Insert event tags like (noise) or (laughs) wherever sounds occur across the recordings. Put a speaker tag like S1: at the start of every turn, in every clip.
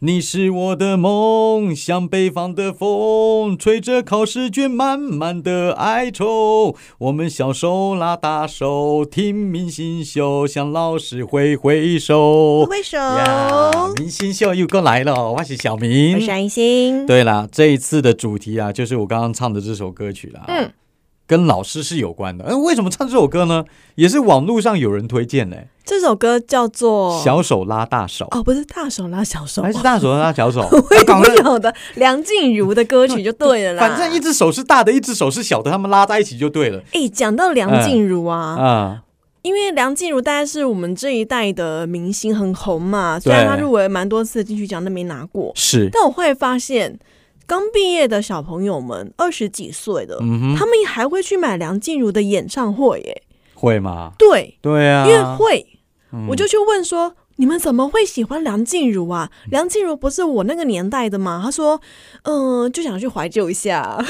S1: 你是我的梦，像北方的风，吹着考试卷满满的哀愁。我们小手拉大手，听明星秀，向老师挥挥手。
S2: 挥手。
S1: 呀，明星秀又过来了，我是小明
S2: 我。是安心。
S1: 对啦，这一次的主题啊，就是我刚刚唱的这首歌曲啦。
S2: 嗯，
S1: 跟老师是有关的。嗯、为什么唱这首歌呢？也是网络上有人推荐嘞、
S2: 这首歌叫做
S1: 小哎手拉大手，
S2: 哦哦，不是大手拉小手， (laughs)
S1: 还是大手拉小手？
S2: 我也
S1: 啊搞
S2: 不
S1: 得
S2: 晓得梁静茹的歌曲就对了啦。
S1: 反正一只手是大的，一只手是小的，他们拉在一起就对了。
S2: 哎，讲到梁静茹啊，
S1: 啊，
S2: 因为梁静茹大概是我们这一代的明星，很红嘛。虽然
S1: 对
S2: 她入围蛮多次的金曲奖，但没拿过。
S1: 是，
S2: 但我会发现，刚毕业的小朋友们，二十几岁的，
S1: 嗯哼，
S2: 他们还会去买梁静茹的演唱会耶。
S1: 会吗？
S2: 对，
S1: 对啊，
S2: 因为会，
S1: 嗯
S2: 我就去问说。你们怎么会喜欢梁静茹啊？梁静茹不是我那个年代的吗？他说，嗯、就想去怀旧一下。 (laughs)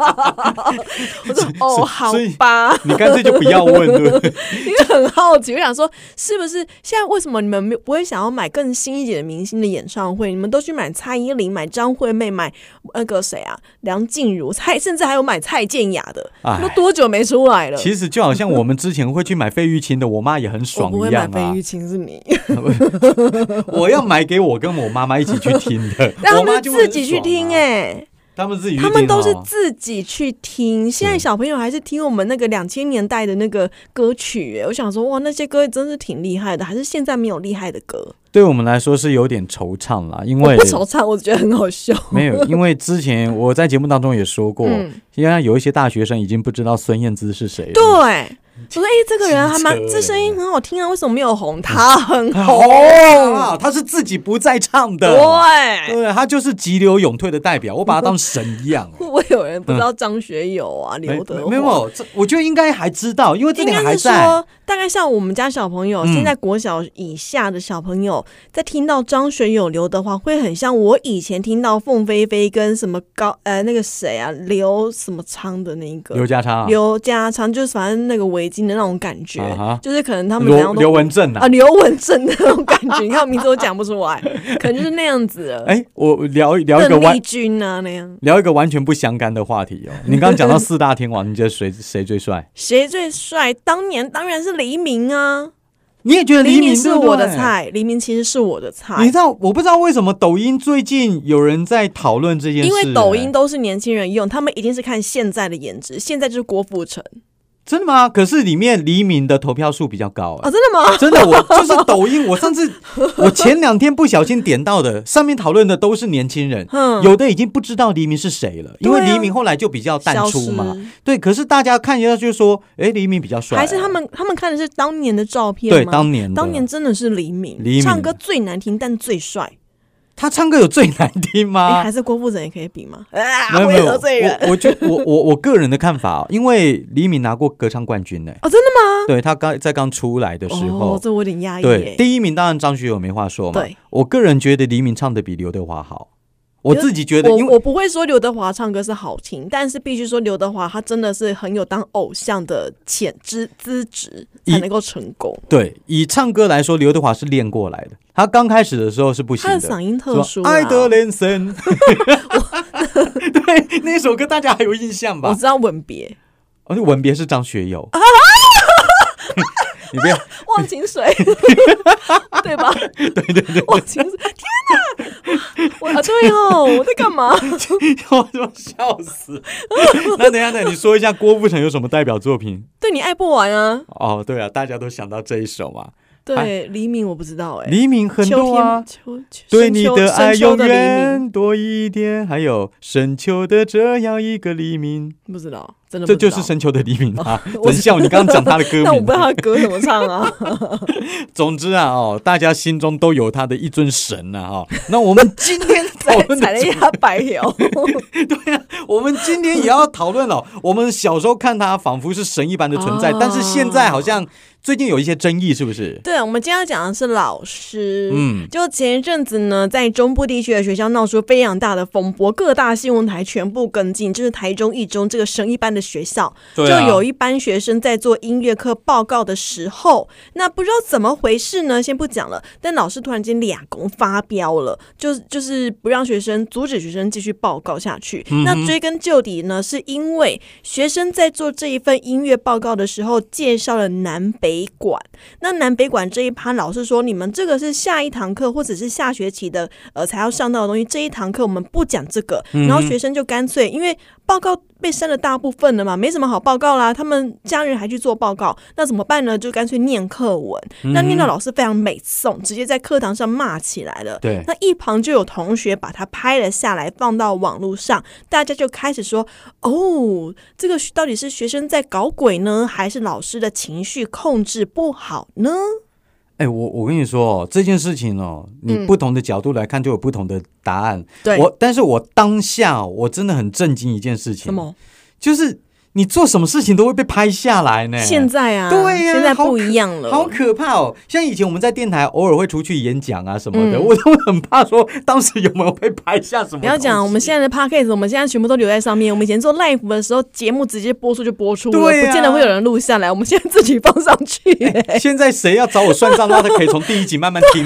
S2: 我说，哦，好
S1: 所以
S2: 吧，
S1: 你干脆就不要问
S2: (laughs)
S1: 了。
S2: 因为很好奇，我想说，是不是现在为什么你们没有不会想要买更新一点的明星的演唱会？你们都去买蔡依林、买张惠妹、买那个谁啊，梁静茹，蔡甚至还有买蔡健雅的，
S1: 哎
S2: 都多久没出来了？
S1: 其实就好像我们之前会去买费玉清的，我妈也很
S2: 我
S1: 爽
S2: 不会
S1: 一
S2: 买
S1: 样
S2: 费
S1: 啊
S2: 玉。清是你，，
S1: 我要买给我跟我妈妈一起去听的
S2: 但 (laughs) 他
S1: 我妈
S2: 们
S1: 就
S2: 自己去听
S1: 哎，
S2: 哎、
S1: 他们自己去听
S2: 他
S1: 哦，
S2: 们都是自己去听。现在小朋友还是听我们那个两千年代的那个歌曲、哎我想说，哇，那些歌真是挺厉害的，还是现在没有厉害的歌？
S1: 对我们来说是有点惆怅啦，因
S2: 我
S1: 为
S2: 不惆怅，我觉得很好笑。
S1: 没有，因为之前我在节目当中也说过，
S2: 嗯
S1: 现在有一些大学生已经不知道孙燕姿是谁了。
S2: 对，我说哎、这个人还蛮
S1: 机，车
S2: 这声音很好听啊，为什么没有红？
S1: (laughs)
S2: 他很红，
S1: 哦，他是自己不在唱的，
S2: 对。。
S1: 对，他就是急流勇退的代表，我把他当神一样 (laughs)
S2: 会不会有人不知道张学友啊、
S1: 没
S2: 刘德华？
S1: 没有，这我觉得应该还知道，因为这
S2: 应
S1: 里
S2: 该
S1: 还
S2: 是
S1: 在。
S2: 说，大概像我们家小朋友，
S1: 嗯
S2: 现在国小以下的小朋友，在听到张学友、刘德华，会很像我以前听到凤飞飞跟什么高呃那个谁啊刘什么昌的那一个
S1: 刘家昌啊、
S2: 刘家昌，就是反正那个围巾的那种感觉，
S1: 啊哈
S2: 就是可能他们怎
S1: 刘
S2: 样都
S1: 刘文正
S2: 啊
S1: 啊。
S2: 刘文正的那种感觉，你看我名字都讲不出
S1: (laughs)
S2: 来，可能就是那样子了。
S1: 哎，我聊聊一个
S2: 邓
S1: 完
S2: 丽君啊那样，
S1: 聊一个完全不相干的话题哦。
S2: (laughs)
S1: 你刚刚讲到四大天王，你觉得谁谁最帅？
S2: 谁最帅？当年当然是黎明啊，
S1: 你也觉得
S2: 黎
S1: 哎明
S2: 明是
S1: 对不
S2: 我的
S1: 对。
S2: 菜，黎明其实是我的菜。
S1: 你知道，我不知道为什么抖音最近有人在讨论这件事，
S2: 因为抖音
S1: 都
S2: 都是年轻人用，他们一定是看现在的颜值，现在就是郭富城
S1: 真的吗？可是里面黎明的投票数比较高、
S2: 啊、
S1: 哎
S2: 真
S1: (laughs)
S2: 的吗？
S1: 真的，我就是抖音，我上
S2: (laughs)
S1: 次我前两天不小心点到的，上面讨论的都是年轻人，
S2: 嗯，
S1: 有的已经不知道黎明是谁了，因为
S2: 对啊
S1: 黎明后来就比较淡
S2: 消
S1: 出
S2: 失
S1: 嘛。对，可是大家看一下就说，哎，黎明比较帅，
S2: 还是他们他们看的是当年的照片
S1: 对
S2: 吗？
S1: 当年的
S2: 当年真的是黎明，
S1: 黎明
S2: 唱歌最难听但最帅，
S1: 他唱歌有最难听
S2: (laughs) 哎、
S1: 吗？
S2: 还是郭富城也可以比吗？啊，
S1: 啊
S2: (laughs)
S1: 没有
S2: 我
S1: 没
S2: 也
S1: 有，
S2: 得罪人
S1: 我我觉我我我个人的看法、哦，因为黎明拿过歌唱冠军呢、
S2: 哦，真的吗？
S1: 对他刚在刚出来的时候，
S2: 哦，这我有点压抑
S1: 对
S2: 耶。
S1: 第一名当然张学友没话说嘛
S2: 对。
S1: 我个人觉得黎明唱的比刘德华好，我
S2: 刘
S1: 自己觉得，
S2: 我
S1: 因为
S2: 我不会说刘德华唱歌是好听，但是必须说刘德华他真的是很有当偶像的潜质资质
S1: 一
S2: 才能够成功，
S1: 对，以唱歌来说，刘德华是练过来的。他刚开始的时候是不行
S2: 他的
S1: 的
S2: 嗓，音特
S1: 说
S2: 殊、
S1: 《
S2: 啊。
S1: 爱德莲森》。
S2: (laughs)
S1: 对，那首歌大家还有印象
S2: 我
S1: 吧？
S2: 知道吻别，
S1: 而且吻别是张学
S2: (laughs) 啊
S1: 友。你不要，
S2: 忘
S1: (laughs)
S2: 情水，对吧？对对对，忘情水，天哪！我啊，对哦，我在
S1: (laughs)
S2: 干嘛？
S1: 我都笑死。那等一下，等一下你说一下郭富城有什么代表作品？
S2: 对你爱不完啊？
S1: 哦，对啊，大家都想到这一首嘛。
S2: 对，黎明我不知道哎，
S1: 黎明很
S2: 秋
S1: 多啊
S2: 天，秋秋
S1: 对你的爱
S2: 深秋
S1: 永
S2: 的黎
S1: 远多一点，还有深秋的这样一个黎明，
S2: 明不知道，真的
S1: 这
S2: 不知
S1: 就
S2: 道
S1: 是深秋的黎明啊！
S2: 我
S1: (laughs) 等一下，你刚刚讲他的
S2: (laughs)
S1: 歌
S2: 但我不知
S1: 名。
S2: 道他歌怎么
S1: (laughs)
S2: 唱啊。
S1: 总之啊，哦，大家心中都有他的一尊神呐、啊，哈、那我们今天讨
S2: (laughs) 踩
S1: 论 (laughs)
S2: 踩了
S1: 的
S2: 一
S1: 主，
S2: 下白条，
S1: 我们今天也要讨论了。我们小时候看他仿佛是神一般的存
S2: 哦
S1: 在，但是现在好像最近有一些争议，是不是？
S2: 对，我们今天要讲的是老师。
S1: 嗯，
S2: 就前一阵子呢，在中部地区的学校闹出非常大的风波，各大新闻台全部跟进，就是台中一中这个神一般的的学校，
S1: 对啊
S2: 就有一班学生在做音乐课报告的时候，那不知道怎么回事呢，先不讲了。但老师突然间俩公发飙了，就是就是不让学生阻止学生继续报告下去。
S1: 嗯
S2: 那追根究底呢，是因为学生在做这一份音乐报告的时候介绍了南北管。那南北管这一趴，老师说你们这个是下一堂课或者是下学期的呃才要上到的东西，这一堂课我们不讲这个。然后学生就干脆因为报告被删了大部分了嘛，没什么好报告啦。他们家人还去做报告，那怎么办呢？就干脆念课文。那念到老师非常美颂，直接在课堂上骂起来了。
S1: 对
S2: 那一旁就有同学把它拍了下来，放到网络上，大家就开始说：“哦，这个到底是学生在搞鬼呢，还是老师的情绪控制不好呢
S1: 哎、我我跟你说哦，这件事情哦，你不同的角度来看，就有不同的答案。？”
S2: 嗯对，
S1: 我，但是我当下哦我真的很震惊一件事情，
S2: 什么？
S1: 就是你做什么事情都会被拍下来呢。
S2: 现在啊，
S1: 哎对呀
S2: 现在
S1: 好
S2: 不
S1: 可
S2: 一样了，
S1: 好可怕哦！像以前我们在电台偶尔会出去演讲啊什么的，
S2: 嗯
S1: 我都很怕说当时有没有被拍下什么东西。
S2: 不要讲，我们现在的 podcast，我们现在全部都留在上面。我们以前做 live 的时候，节目直接播出就播出了，
S1: 对啊
S2: 不见得会有人录下来。我们现在自己放上去、
S1: (laughs) 现在谁要找我算账，那他可以从第一集慢慢听。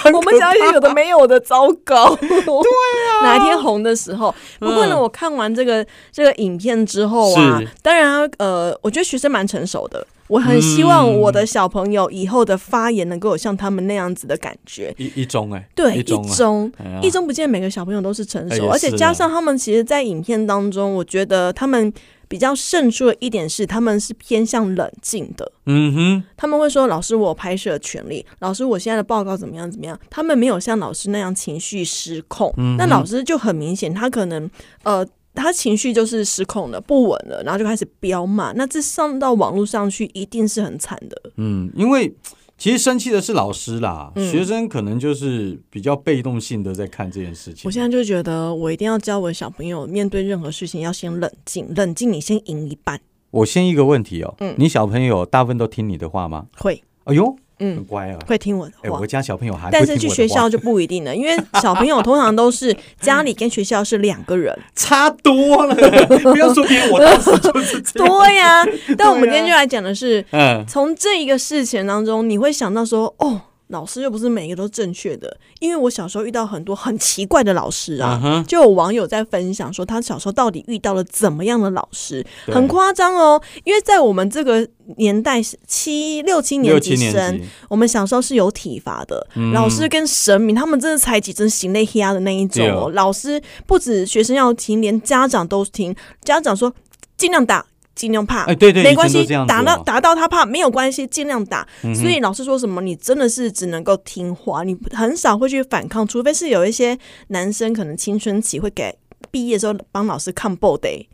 S1: 很可怕
S2: (laughs) 我们讲一些有的没有的，糟
S1: (laughs)
S2: 糕。对啊，哪一天红的时候。不过呢，
S1: 嗯
S2: 我看完这个这个影片之后啊
S1: 是，
S2: 当然啊呃，我觉得学生蛮成熟的。我很希望
S1: 嗯
S2: 我的小朋友以后的发言能够有像他们那样子的感觉。
S1: 一一中哎、
S2: 对，
S1: 一
S2: 一
S1: 中、啊、
S2: 中
S1: 哎呀
S2: 一中不见每个小朋友都是成
S1: 哎
S2: 熟，
S1: 也
S2: 而且
S1: 是啊
S2: 加上他们其实，在影片当中，我觉得他们比较胜出的一点是，他们是偏向冷静的。
S1: 嗯哼，
S2: 他们会说：“老师，我有拍摄权利。老师，我现在的报告怎么样？怎么样？”他们没有像老师那样情绪失控。
S1: 嗯
S2: 那老师就很明显，他可能呃，他情绪就是失控了，不稳了，然后就开始飙骂。那这上到网络上去，一定是很惨的。
S1: 嗯，因为其实生气的是老师啦，
S2: 嗯
S1: 学生可能就是比较被动性的在看这件事情。
S2: 我现在就觉得，我一定要教我的小朋友，面对任何事情要先冷静，冷静，你先赢一半。
S1: 我先一个问题哦，
S2: 嗯
S1: 你小朋友大部分都听你的话吗？
S2: 会，
S1: 哎呦，很
S2: 嗯，
S1: 乖啊。
S2: 会听我的
S1: 哎、
S2: 话
S1: 我。家小朋友还不
S2: 但
S1: 听我
S2: 是
S1: 的
S2: 去学
S1: 话
S2: 校就不一定了，因为小朋友通常都是家里跟学校是两个
S1: (laughs)
S2: 人，
S1: 差多
S2: (laughs)
S1: 了，不要说别人，我当时就是这样。
S2: 对呀、但我们
S1: 对啊
S2: 今天就来讲的是，
S1: (laughs) 嗯，
S2: 从这一个事情当中，你会想到说，哦，老师又不是每一个都正确的，因为我小时候遇到很多很奇怪的老师
S1: 嗯
S2: 啊。
S1: 哼，
S2: 就有网友在分享说，他小时候到底遇到了怎么样的老师，
S1: 对
S2: 很夸张哦。因为在我们这个年代，七六七
S1: 六
S2: 年
S1: 七
S2: 级
S1: 年
S2: 生，
S1: 级，嗯
S2: 我们小时候是有体罚的，老师跟神明他们真的采几针行内黑啊的那一种、
S1: 对
S2: 哦
S1: 哦。
S2: 老师不止学生要听，连家长都听。家长说尽量打，尽量怕，
S1: 哎，对对，
S2: 没
S1: 以前
S2: 关
S1: 都
S2: 系
S1: 这样，子
S2: 打到
S1: 哦嗯
S2: 打到他怕没有关系，尽量打。所以老师说什么，你真的是只能够听话，你很少会去反抗，除非是有一些男生可能青春期会给。毕业的时候帮老师抗 b
S1: (laughs)
S2: o day，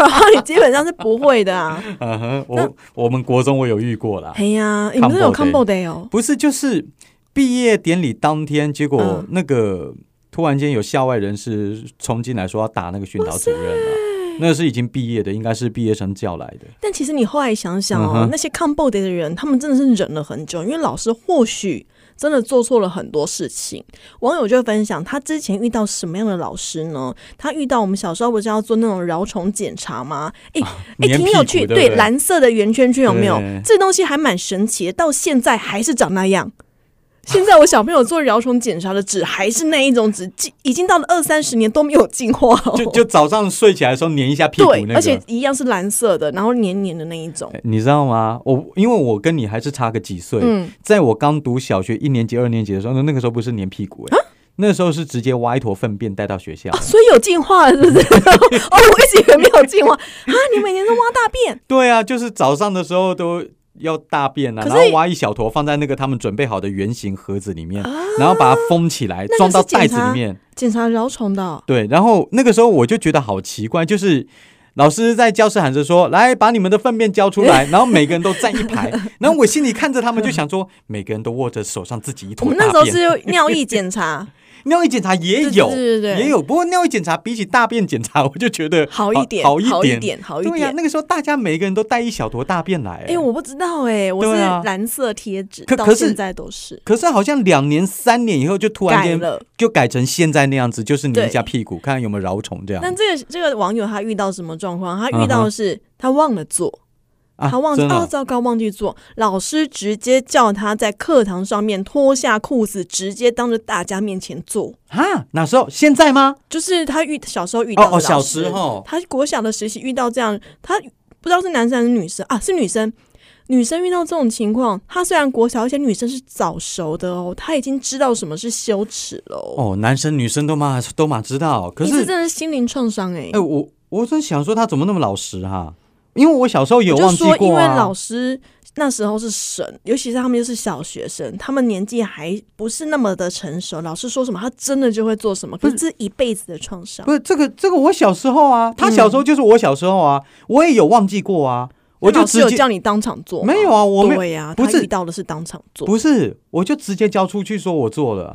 S2: 然后你基本上是不会的啊。
S1: 嗯哼，我我们国中我有遇过啦，
S2: 哎呀，你们都有抗
S1: 抗
S2: b
S1: 暴
S2: o day 哦？
S1: 不是就是毕业典礼当天，结果
S2: 嗯
S1: 那个突然间有校外人士冲进来说要打那个训导主任了，那是已经毕业的，应该是毕业生叫来的，
S2: 但其实你后来想想哦，
S1: 嗯哼
S2: 那些抗 body 的人，他们真的是忍了很久，因为老师或许真的做错了很多事情。网友就分享他之前遇到什么样的老师呢？他遇到我们小时候不是要做那种蛲虫检查吗？诶诶，
S1: 啊粘
S2: 挺
S1: 屁
S2: 有
S1: 股
S2: 趣，
S1: 对不对
S2: 蓝色的圆圈圈有没有
S1: 对？
S2: 这东西还蛮神奇的，到现在还是长那样。现在我小朋友做蛲虫检查的纸还是那一种纸，进已经到了二三十年都没有进化、哦。
S1: 就就早上睡起来的时候粘一下屁股
S2: 对，
S1: 那
S2: 而且
S1: 个。
S2: 一样是蓝色的，然后黏黏的那一种。
S1: 哎你知道吗？我因为我跟你还是差个几岁，
S2: 嗯，
S1: 在我刚读小学一年级、二年级的时候，那个时候不是粘屁股哎、
S2: 啊
S1: 那时候是直接挖一坨粪便带到学校。 (laughs)
S2: 所以有进化了，是不是？哦，我一直以为没有进化啊！你每年都挖大便，
S1: 对啊，就是早上的时候都要大便啊，
S2: 可
S1: 然
S2: 是
S1: 后挖一小坨放在那个他们准备好的圆形盒子里面，然后把它封起来，
S2: 啊那个
S1: 装
S2: 是
S1: 到袋
S2: 检
S1: 子里
S2: 查
S1: 面。
S2: 检查蛲虫的哦、
S1: 对，然后那个时候我就觉得好奇怪，就是。老师在教室喊着说：“来，把你们的粪便交出
S2: (laughs)
S1: 来。”然后每个人都站一排，然后我心里看着他们，就想说，每个人都握着手上自己一
S2: 我
S1: 坨
S2: 们
S1: 大
S2: 那
S1: 便。 (laughs)
S2: 时候是用尿液检查，
S1: 尿液检查也
S2: 对
S1: 有，
S2: 对对对对
S1: 也有。不过尿液检查比起大便检查，我就觉得
S2: 好一点，
S1: 好
S2: 好
S1: 点。
S2: 点，好一
S1: 对呀、啊
S2: 点。
S1: 那个时候大家每个人都带一小坨大便来、
S2: 哎、我不知道哎、我是
S1: 对啊
S2: 蓝色贴纸，
S1: 可
S2: 到
S1: 可是
S2: 现在都是
S1: 可是好像两年、三年以后就突然
S2: 改
S1: 间
S2: 了。
S1: 就改成现在那样子，就是
S2: 对
S1: 拧一下屁股，看看有没有蛲虫这样。嗯
S2: 但这个这个网友他遇到什么状况？他遇到的是他忘了做，
S1: 啊
S2: 他忘记
S1: 真的
S2: 哦，
S1: 哦
S2: 糟糕，忘记做。老师直接叫他在课堂上面脱下裤子，直接当着大家面前做。
S1: 啊？哪时候？现在吗？
S2: 就是他遇小时候遇到的
S1: 哦哦，小
S2: 老师
S1: 时，候
S2: 他国小的实习遇到这样，他不知道是男生还是女生啊，是女生。女生遇到这种情况，她虽然国小，而且女生是早熟的哦，她已经知道什么是羞耻了哦。
S1: 哦，男生女生都嘛都嘛知道，可
S2: 你
S1: 是
S2: 这真的是心灵创伤哎
S1: 哎、。我我真想说他怎么那么老实哈、因为我小时候也有
S2: 我就
S1: 忘记
S2: 说，因
S1: 过
S2: 为
S1: 啊
S2: 老。师那时候是神，尤其是他们又是小学生，他们年纪还不是那么的成熟，老师说什么，他真的就会做什么，可是这是一辈子的创伤
S1: 不。是这个这个我小时候
S2: 嗯
S1: 啊，他小时候就是我小时候啊，我也有忘记过啊，我
S2: 那
S1: 就
S2: 老师
S1: 直
S2: 有
S1: 接
S2: 叫你当场做吗？
S1: 没有啊，我没有
S2: 对呀、
S1: 不
S2: 他
S1: 是
S2: 遇到的是当场做，
S1: 不是，我就直接交出去说我做
S2: (laughs)
S1: 了，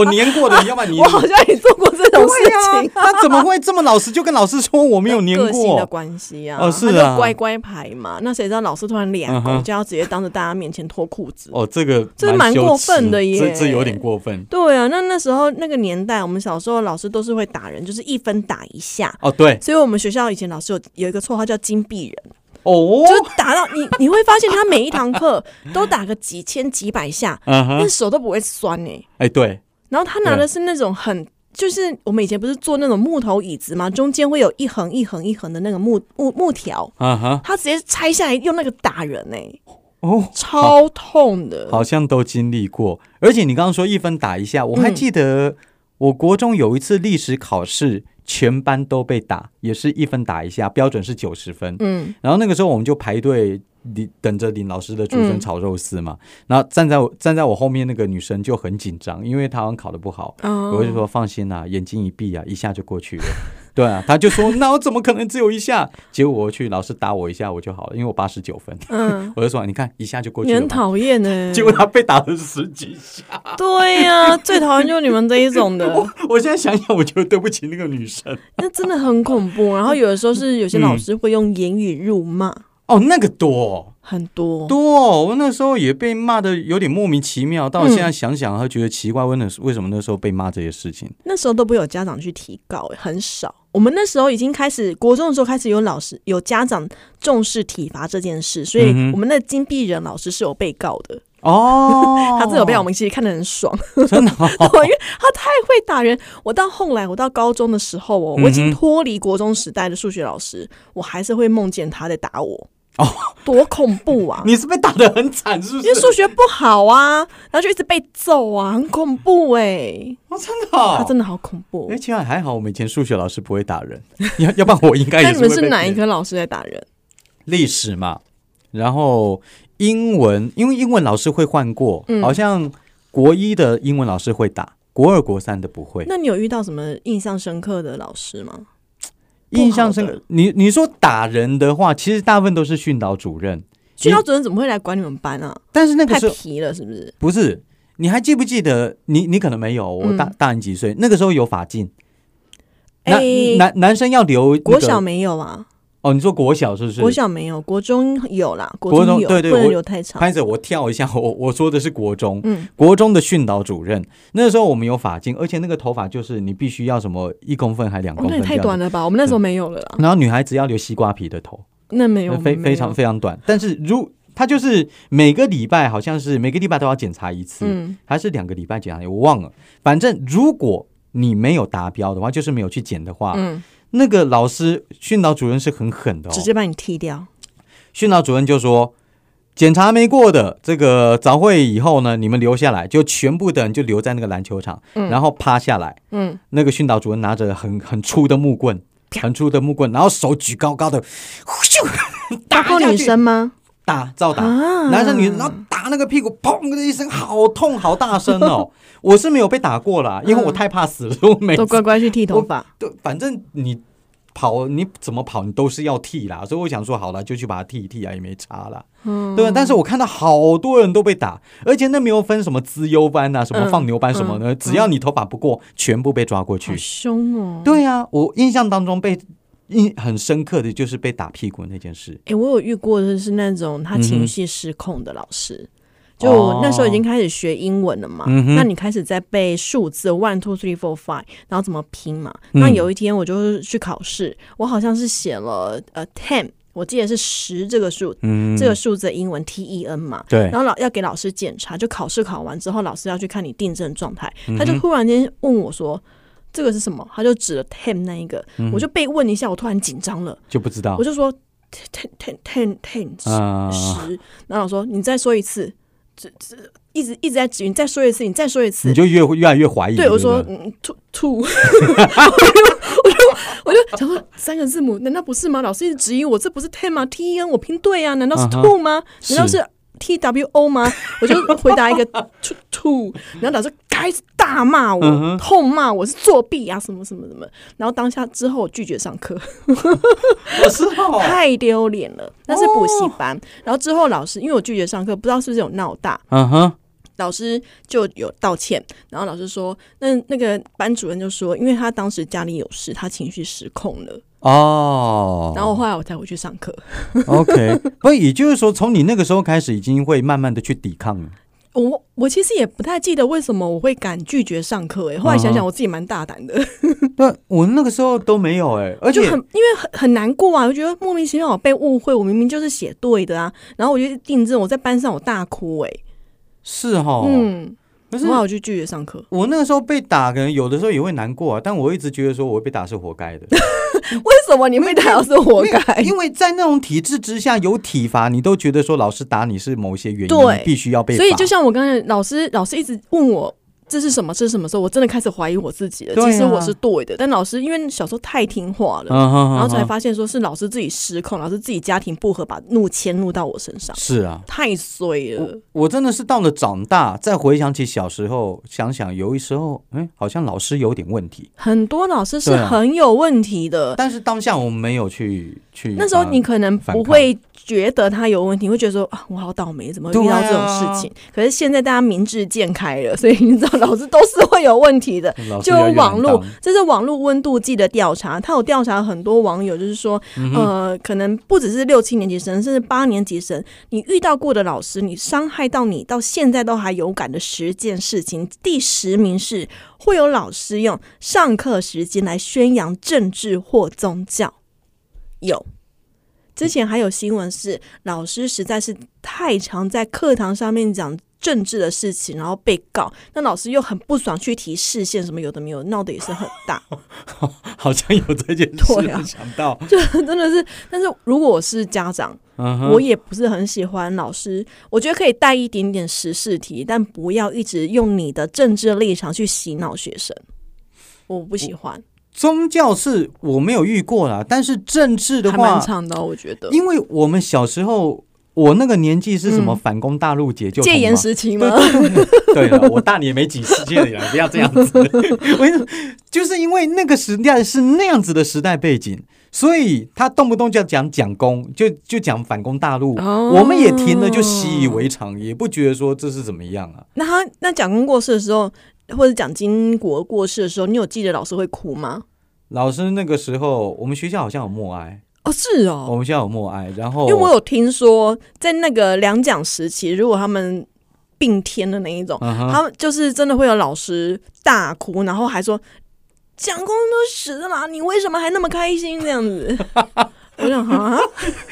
S1: 我粘过的，要不然你
S2: 我好像也做过这种事
S1: 对
S2: 情。
S1: 呀、他怎么会这么老实？就跟老师说 (laughs) 我没有粘
S2: 个性的
S1: 过，
S2: 关系啊，
S1: 哦是
S2: 他
S1: 啊
S2: 就乖乖牌嘛。那谁知道老师突然脸
S1: 嗯
S2: 红，
S1: 哼
S2: 就要直接当着大家面前脱裤子。
S1: 哦，这个
S2: 这蛮
S1: 羞
S2: 过
S1: 耻
S2: 分的
S1: 这
S2: 耶
S1: 这有点过分
S2: 对啊，那那时候那个年代，我们小时候老师都是会打人，就是一分打一下。
S1: 哦。对
S2: 所以我们学校以前老师有有一个绰号叫金币人，
S1: 哦，
S2: 就是打到你，你会发现他每一堂课都打个几千几百下，
S1: (laughs) 嗯哼，
S2: 但
S1: 哎、
S2: 手都不会酸哎、
S1: 对，
S2: 然后他拿的是那种很。就是我们以前不是坐那种木头椅子嘛，中间会有一横一横一横的那个木木木条，
S1: 嗯哼，
S2: 他直接拆下来用那个打人哎、
S1: 哦，
S2: 超痛的。
S1: 好像都经历过。而且你刚刚说一分打一下，我还
S2: 嗯
S1: 记得我国中有一次历史考试，全班都被打，也是一分打一下，标准是九十分。
S2: 嗯，
S1: 然后那个时候我们就排队领等着领老师的竹笋
S2: 嗯
S1: 炒肉丝嘛。然后站在我站在我后面那个女生就很紧张，因为她好像考得不好。
S2: 哦
S1: 我就说放心啦、眼睛一闭啊，一下就过去了。 (laughs) 对啊，她就说那我怎么可能只有一下？结果我去老师打我一下我就好了，因为我八十九分。
S2: 嗯，
S1: 我就说你看一下就过
S2: 你
S1: 去了
S2: 很
S1: 嘛。
S2: 讨厌
S1: (laughs)
S2: 呢。
S1: 结果他被打了十几下， (laughs)
S2: 对呀、最讨厌就是你们这一种的。
S1: 我现在想想，我觉得对不起那个女生。
S2: 那真的很恐怖。然后有的时候是有些老师会用言语辱骂，
S1: 哦，那个多
S2: 很多。
S1: 多哦，我那时候也被骂的有点莫名其妙，到现在想想，还觉得奇怪，为什为什么那时候被骂这些事情？
S2: 那时候都不会有家长去提告、欸很少。我们那时候已经开始，国中的时候开始有老师有家长重视体罚这件事，所以
S1: 嗯哼
S2: 我们的金币人老师是有被告的，
S1: (laughs) 哦
S2: 他真的有被告我们其实看得很爽，
S1: 真的
S2: (laughs)
S1: 哦、
S2: 因为他太会打人。我到后来，我到高中的时候哦，我已经
S1: 嗯哼
S2: 脱离国中时代的数学老师，我还是会梦见他在打我，哦，多恐怖啊！
S1: (laughs) 你是被打的很惨，是不
S2: 因为数学不好啊，然后就一直被揍啊，很恐怖哎、
S1: (laughs) 哦，真的、哦，
S2: 他真
S1: 的。
S2: 的好恐怖
S1: 哎，。其实还好，我们以前数学老师不会打人， (laughs) 要要不然我应该也
S2: 那
S1: 是
S2: 你
S1: 会
S2: 们
S1: 被
S2: 是哪一
S1: 骗
S2: 科老师在打人？
S1: 历史嘛，然后英文，因为英文老师会换过，
S2: 嗯
S1: 好像国一的英文老师会打，国二、国三的不会。
S2: 那你有遇到什么印象深刻的老师吗？不好的
S1: 印象深刻，你你说打人的话，其实大部分都是训导主任，
S2: 训导主任怎么会来管你们班啊？
S1: 但是那个
S2: 太
S1: 时候
S2: 皮了是不是？
S1: 不是。你还记不记得？你你可能没有，我大、
S2: 嗯
S1: 大你几岁？那个时候有法禁，男、
S2: 哎、
S1: 男男生要留、那个
S2: 国小没有啊，
S1: 哦，你说国小是不是？
S2: 国小没有，国中有啦，
S1: 国中
S2: 有，
S1: 对对
S2: 不能
S1: 我
S2: 留太长。
S1: 拍着我跳一下，我我说的是国中，
S2: 嗯，
S1: 国中的训导主任，那时候我们有发禁，而且那个头发就是你必须要什么一公分还两
S2: 哦
S1: 公，
S2: 那
S1: 分、
S2: 也太短。了吧！我们那时候没有了啦，
S1: 然后女孩子要留西瓜皮的头，
S2: 那没有，
S1: 非
S2: 没有
S1: 非常非常短。但是如它就是每个礼拜好像是每个礼拜都要检查一次，
S2: 嗯
S1: 还是两个礼拜检查一次，我忘了。反正如果你没有达标的话，就是没有去检的话，
S2: 嗯，
S1: 那个老师训导主任是很狠的哦
S2: 直。接把你踢掉。
S1: 训导主任就说。检查没过的，这个早会以后呢，你们留下来，就全部的人就留在那个篮球场，
S2: 嗯
S1: 然后趴下来，
S2: 嗯，
S1: 那个训导主任拿着很很粗的木棍，很粗的木棍，然后手举高高的，咻
S2: 打
S1: 打
S2: 过
S1: 啊下去
S2: 女生吗？
S1: 打照打，
S2: 啊
S1: 男生女生，然后打那个屁股，砰的一声，好痛，好大声哦！
S2: (laughs)
S1: 我是没有被打过啦，因为我太怕死了，我每
S2: 啊都
S1: 次
S2: 乖乖去剃头
S1: 哎我
S2: 发。
S1: 对，反正你跑你怎么跑，你都是要剃啦。所以我想说，好了，就去把它剃一剃啊，也没差啦。嗯，对吧。但是我看到好多人都被打，而且那没有分什么资优班啊，什么
S2: 嗯
S1: 放牛班什么的，只要你头发不过，全部被抓过去
S2: 好。凶哦！
S1: 对啊，我印象当中被印很深刻的就是被打屁股那件事。
S2: 哎、我有遇过的是那种他
S1: 嗯
S2: 情
S1: 哼
S2: 绪失控的老师。就我那时候已经
S1: 哦
S2: 开始学英文了嘛，
S1: 嗯哼
S2: 那你开始在背数字 one two three four five，然后怎么拼嘛？
S1: 嗯
S2: 那有一天我就是去考试，我好像是写了呃 ten，我记得是十这个数，
S1: 嗯
S2: 这个数字的英文 T E N 嘛。
S1: 对
S2: 然后老要给老师检查，就考试考完之后，老师要去看你订正状态，
S1: 嗯
S2: 他就忽然间问我说：“这个是什么？”他就指了 ten 那一个，
S1: 嗯
S2: 我就被问一下，我突然紧张了，
S1: 就不知道
S2: 我就说 ten ten ten ten 十
S1: 啊，
S2: 十，然后我说你再说一次，这这一直一直在指，你再说一次，你再说一次
S1: 你。就越越来越怀疑。
S2: 对，我说
S1: 不
S2: 嗯，two two，我就 (laughs) 我就我就想说三个字母，难道不是吗？老师一直质疑我，这不是 ten 吗？T E N 我拼对啊，难道是
S1: 嗯哼
S2: two 吗？
S1: 是
S2: 难道是 T W O 吗？ (laughs) 我就回答一个 two two，然后老师开始大骂
S1: 嗯
S2: 我，
S1: 哼
S2: 痛骂我是作弊啊，什么什么什么。然后当下之后我拒绝上课，
S1: 我是哦，
S2: 太丢脸了。那是补习班，然后之后老师因为我拒绝上课，不知道是不是有闹大，
S1: 嗯哼，
S2: 老师就有道歉，然后老师说，那那个班主任就说，因为他当时家里有事，他情绪失控了。
S1: 哦，
S2: 然后后来我才回去上课。 (laughs)
S1: OK，不，也就是说，从你那个时候开始，已经会慢慢的去抵抗了。
S2: 我我其实也不太记得为什么我会敢拒绝上课、欸诶，后来想
S1: 嗯
S2: 想
S1: 哼
S2: 我自己蛮大胆的，
S1: 对，我那个时候都没有哎、而
S2: 嗯就
S1: 且
S2: 很因为很很难过啊，我觉得莫名其妙我被误会，我明明就是写对的啊，然后我就定正，我在班上我大哭、诶，
S1: 是哈，
S2: 嗯，
S1: 哦可是
S2: 后来我就拒绝上课，
S1: 我那个时候被打，可能有的时候也会难过啊，但我一直觉得说我被打是活该的，
S2: 为什么你被打是 (laughs) 活该？
S1: 因为在那种体制之下有体罚，你都觉得说老师打你是某些原因，
S2: 对
S1: 你必须要被罚。
S2: 所以就像我刚才老师老师一直问我这是什么这是什么时候，我真的开始怀疑我自己了。
S1: 对啊
S2: 其实我是对的，但老师因为小时候太听话了。
S1: 嗯哼
S2: 然后才
S1: 嗯哼
S2: 发现，说是老师自己失控，老师自己家庭不和，把怒迁怒到我身上，
S1: 是啊。
S2: 太衰了
S1: 我。我真的是到了长大，再回想起小时候，想想有一时候，哎，好像老师有点问题，
S2: 很多老师是
S1: 对啊
S2: 很有问题的。
S1: 但是当下我们没有去去。
S2: 呃那时候
S1: 呃
S2: 你可能不会觉得他有问题，会觉得说啊，我好倒霉，怎么会遇到这种事情？可是现在大家明智见开了，所以你知道，老师都是会有问题的。
S1: 老师
S2: 就
S1: 越来
S2: 有
S1: 越
S2: 网
S1: 难
S2: 络
S1: 当，
S2: 这是网络温度计的调查，他有调查很多网友，就是说，呃，可能不只是六七年级生，甚至八年级生，你遇到过的老师，你伤害到你到现在都还有感的十件事情，第十名是会有老师用上课时间来宣扬政治或宗教，有。之前还有新闻是，老师实在是太常在课堂上面讲政治的事情，然后被告，那老师又很不爽，去提视线什么有的没有，闹得也是很大， (laughs)
S1: 好像有这件
S2: 对
S1: 事，
S2: 啊
S1: 没想到。
S2: 真的是。但是如果我是家长，
S1: 嗯
S2: 我也不是很喜欢老师，我觉得可以带一点点时事题，但不要一直用你的政治立场去洗脑学生，我不喜欢，
S1: 宗教是我没有遇过啦，但是政治的
S2: 还蛮
S1: 话，
S2: 长的哦，我觉得。
S1: 因为我们小时候，我那个年纪是什么
S2: 嗯
S1: 反攻大陆解救同
S2: 戒
S1: 盟
S2: 严时期吗？
S1: (laughs) 对了，我大你也没几十届了，不要这样
S2: (laughs)
S1: 子。我跟你说就是因为那个时代是那样子的时代背景，所以他动不动就要讲蒋公，就就讲反攻大陆，
S2: 哦
S1: 我们也听了就习以为常，也不觉得说这是怎么样啊。
S2: (laughs) 那他那蒋公过世的时候，或者蒋经国过世的时候，你有记得老师会哭吗？
S1: 老师那个时候，我们学校好像有默哀，
S2: 哦，是哦，
S1: 我们学校有默哀，然后
S2: 因为我有听说，在那个两蒋时期，如果他们并天的那一种，
S1: 嗯哼
S2: 他们就是真的会有老师大哭，然后还说蒋公都死了啦，你为什么还那么开心这
S1: (laughs)
S2: 样子？我想啊， (laughs)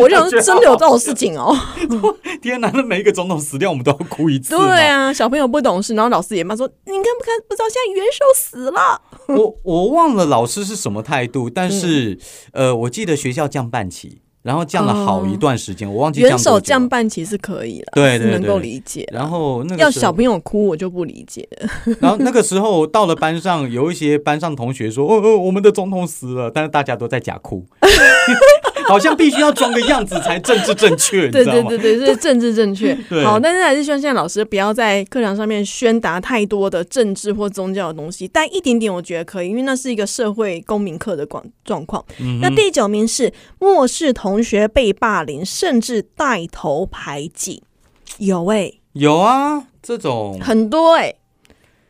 S2: 我想说真的有这种事情哦、
S1: (laughs) 天哪，那每一个总统死掉，我们都要哭一次。
S2: 对，啊，小朋友不懂事，然后老师也骂说你看不看不知道现在元首死了，
S1: (laughs) 我我忘了老师是什么态度，但是、
S2: 嗯
S1: 呃，我记得学校降半旗，然后降了好一段时间，我忘记降
S2: 哦元
S1: 多
S2: 首
S1: 久啊
S2: 降。半旗是可以的，
S1: 对对
S2: 是能够
S1: 对
S2: 理解。
S1: 然后那
S2: 要
S1: 个时
S2: 小
S1: 候，
S2: 朋友哭，我就不理解。
S1: 然后那个时候到了班上，哦有一些班上同学说：“哦哦，我们的总统死了。”但是大家都在假哭， (laughs) 好像必须要装个样子才政治正确，你
S2: 对
S1: 知道
S2: 对
S1: 吗？
S2: 对对，是政治正确
S1: (laughs) 对。
S2: 好，但是还是希望现在老师不要在课堂上面宣达太多的政治或宗教的东西，但一点点我觉得可以，因为那是一个社会公民课的广状况。
S1: 嗯
S2: 那第九名是漠视同学被霸凌，甚至带头排挤，有哎、
S1: 有啊，这种
S2: 很多哎、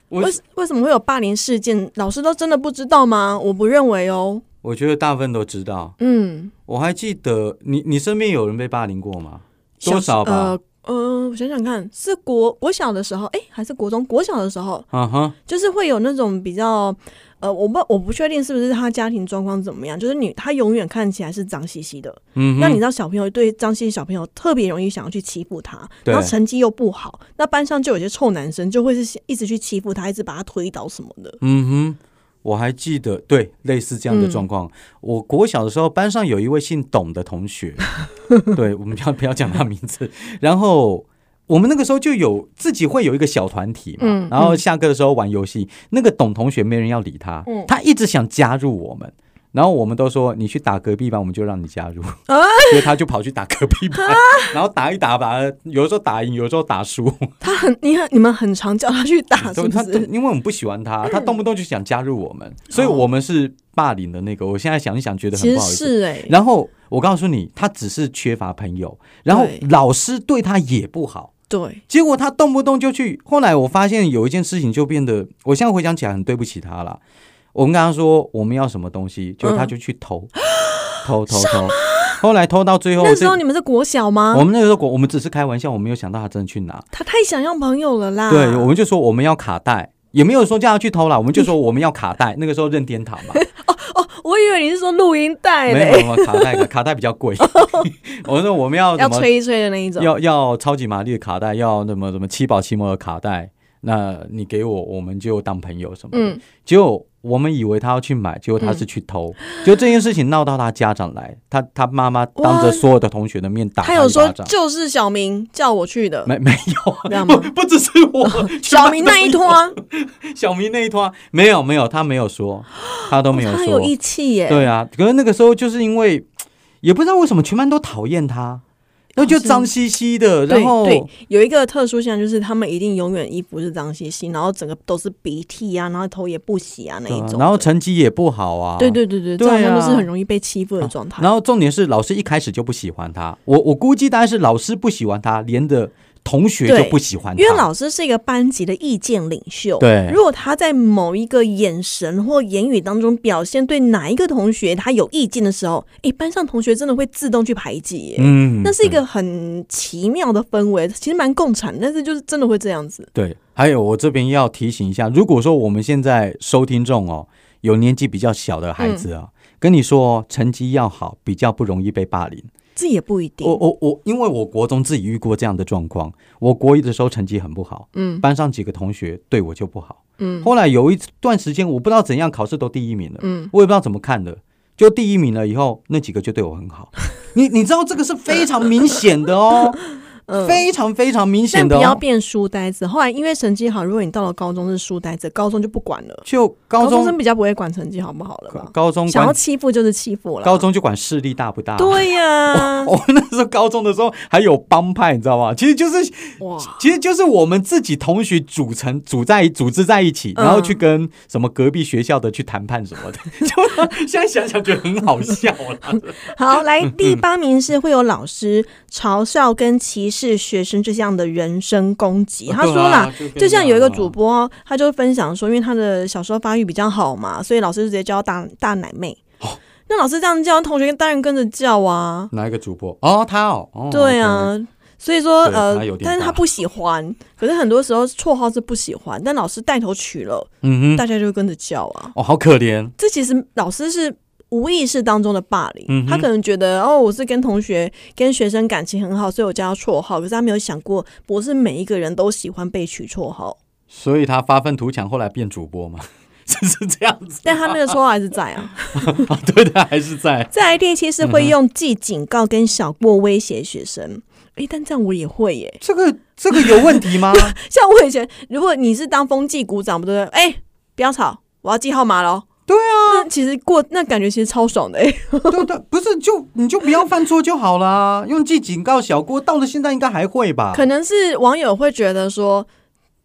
S1: 我
S2: 为为什么会有霸凌事件？老师都真的不知道吗？我不认为哦。
S1: 我觉得大部分都知道。
S2: 嗯，
S1: 我还记得你，你身边有人被霸凌过吗？
S2: 小
S1: 多少吧？
S2: 呃呃，我想想看，是国国小的时候，哎、还是国中？国小的时候，
S1: 嗯哼，
S2: 就是会有那种比较，呃，我不我不确定是不是他家庭状况怎么样，就是你他永远看起来是脏兮兮的，
S1: 嗯
S2: 那你知
S1: 哼，
S2: 道小朋友对脏兮兮小朋友特别容易想要去欺负他，
S1: 对
S2: 然后成绩又不好，那班上就有些臭男生就会是一直去欺负他，一直把他推倒什么
S1: (laughs)
S2: 的，
S1: 嗯哼。我还记得，对，类似这样的状况。我国小的时候，班上有一位姓董的同学， (laughs) 对，我们不要不要讲他名字。然后我们那个时候就有自己会有一个小团体嘛，
S2: 嗯
S1: 然后下课的时候玩游戏。那个董同学没人要理他，
S2: 嗯
S1: 他一直想加入我们，然后我们都说你去打隔壁班，我们就让你加入。
S2: 啊
S1: (laughs) 所以他就跑去打隔壁
S2: (laughs)
S1: 班，然后打一打吧，有的时候打赢，有的时候打输。
S2: 他很你很你们很常叫他去打，啊是嗯
S1: 都
S2: 不
S1: 哎他
S2: 是？
S1: 因为我们不喜欢他，他动不动就想加入我们，所以我们是霸凌的那个。我现在想一想，觉得
S2: 其
S1: 很
S2: 实
S1: 不好意思。
S2: 是哎、
S1: 然后我告诉你，他只是缺乏朋友，然后
S2: 对
S1: 老师对他也不好。
S2: 对，
S1: 结果他动不动就去。后来我发现有一件事情就变得，我现在回想起来很对不起他了。我们跟他说我们要什么东西，结果他就去
S2: (gasps)
S1: 偷，偷偷偷。后来偷到最后，
S2: 那
S1: 这
S2: 时候你们是国小吗
S1: 我？们那个时候我们只是开玩笑，我没有想到他真的去拿。
S2: 他太想要朋友了啦，
S1: 对，我们就说我们要卡带。也没有说叫他去偷啦，我们就说我们要卡带。那个时候任天堂
S2: (laughs)
S1: 嘛，
S2: 我以为你是说录音带
S1: 没
S2: 嘞，
S1: 有没有卡带，卡带比较
S2: (laughs)
S1: 贵。 (laughs) 我说我们要什
S2: 要
S1: 么
S2: 吹一吹的那一种。
S1: 要要超级玛丽的卡带，要什么什么七宝奇摩的卡带，那你给我，我们就当朋友什么的。
S2: 嗯
S1: 结果我们以为他要去买，结果他是去偷。
S2: 嗯
S1: 结果这件事情闹到他家长来，他他妈妈当着
S2: 哇
S1: 所有的同学的面打
S2: 他
S1: 一
S2: 有说
S1: 巴掌。
S2: 就是小明叫我去的，
S1: (laughs) 没没
S2: 这样
S1: 有，
S2: 吗
S1: 不不只是
S2: (laughs)
S1: 我，全
S2: 小
S1: 班
S2: 明
S1: 都
S2: 那一
S1: 有
S2: 托、啊，
S1: 小明那一团没有没有，他没有说，他都没有
S2: 哦他
S1: 说。
S2: 有义气耶。
S1: 对啊，可是那个时候就是因为也不知道为什么全班都讨厌他，那就脏兮兮的，
S2: 对
S1: 然后
S2: 哦对，有一个特殊现象就是他们一定永远衣服是脏兮兮，然后整个都是鼻涕啊，然后头也不洗啊那
S1: 对
S2: 一
S1: 啊
S2: 种的。
S1: 然后成绩也不好啊。
S2: 对。对对对，这
S1: 对啊啊
S2: 好像都是很容易被欺负的状态。
S1: 然后重点是老师一开始就不喜欢他，我我估计大概是老师不喜欢他，连的同学就不喜欢他，
S2: 因为老师是一个班级的意见领袖，
S1: 对
S2: 如果他在某一个眼神或言语当中表现对哪一个同学他有意见的时候，诶，班上同学真的会自动去排挤耶。
S1: 嗯，
S2: 那是一个很奇妙的氛围，其实蛮共产，但是就是真的会这样子。
S1: 对。还有我这边要提醒一下，如果说我们现在收听众哦有年纪比较小的孩子啊，跟你说哦，成绩要好，比较不容易被霸凌。
S2: 这也不一定。
S1: 我我我，因为我国中自己遇过这样的状况，我国一的时候成绩很不好，
S2: 嗯
S1: 班上几个同学对我就不好，
S2: 嗯
S1: 后来有一段时间，我不知道怎样考试都第一名了，
S2: 嗯，
S1: 我也不知道怎么看的，就第一名了以后，那几个就对我很 (laughs) 好，你你知道这个是非常明显的哦， (laughs) 非常非常明显
S2: 但
S1: 的
S2: 不要
S1: 哦，
S2: 变书呆子。后来因为成绩好，如果你到了高中是书呆子，高中就不管了。
S1: 就高
S2: 中
S1: 中
S2: 生比较不会管成绩好不好了吧？
S1: 高中
S2: 想要
S1: 管
S2: 欺负就是欺负了。
S1: 高中就哦管势力大不大， (laughs)
S2: 对啊呀、
S1: 我们那时候高中的时候还有帮派，你知道吗？其实就是
S2: 哇，
S1: 其实就是我们自己同学组成、组在、组织在一起，
S2: 嗯
S1: 然后去跟什么隔壁学校的去谈判什么的， (laughs) 就现在想想觉得很好笑啦。
S2: 好，来第八名是会有老师嘲笑跟歧视学生这项的人身攻击。 (laughs) 他说啦，
S1: 对啊，
S2: 就像有一个主
S1: 播，
S2: 播，他就分享说，因为他的小时候发育比较好嘛，所以老师就直接叫他大大奶妹。
S1: 哦
S2: 那老师这样叫，同学当然跟着叫啊。
S1: 哪一个主播？哦，他哦，哦
S2: (laughs) 对啊。所以说，
S1: 对
S2: 呃
S1: 他有，点
S2: 但是
S1: 大
S2: 他不喜欢，可是很多时候绰号是不喜欢，但老师带头取了，
S1: ，OK，嗯哼，
S2: 大家就会跟着叫啊。
S1: 哦，好可怜，
S2: 这其实老师是无意识当中的霸凌，
S1: 嗯哼
S2: 他可能觉得哦，我是跟同学、跟学生感情很好，所以我叫他绰号，可是他没有想过，不是每一个人都喜欢被取绰号，
S1: 所以他发愤图强，后来变主播嘛， (laughs) 就是这样
S2: (laughs)
S1: 子。
S2: 但他那个绰号还是在啊。
S1: 啊，对的，还是在
S2: 再来第七是会用记警告跟小过威胁学生。诶，但这样我也会耶。
S1: 这个这个有问题吗？
S2: 像我以前，如果你是当风纪股长，不对，哎、不要吵，我要记号码喽。对啊，但其实过那感觉其实超爽的、欸，
S1: 对对，不是就你就不要犯错就好啦。
S2: (laughs)
S1: 用记警告小郭，到了现在应该还会吧？
S2: 可能是网友会觉得说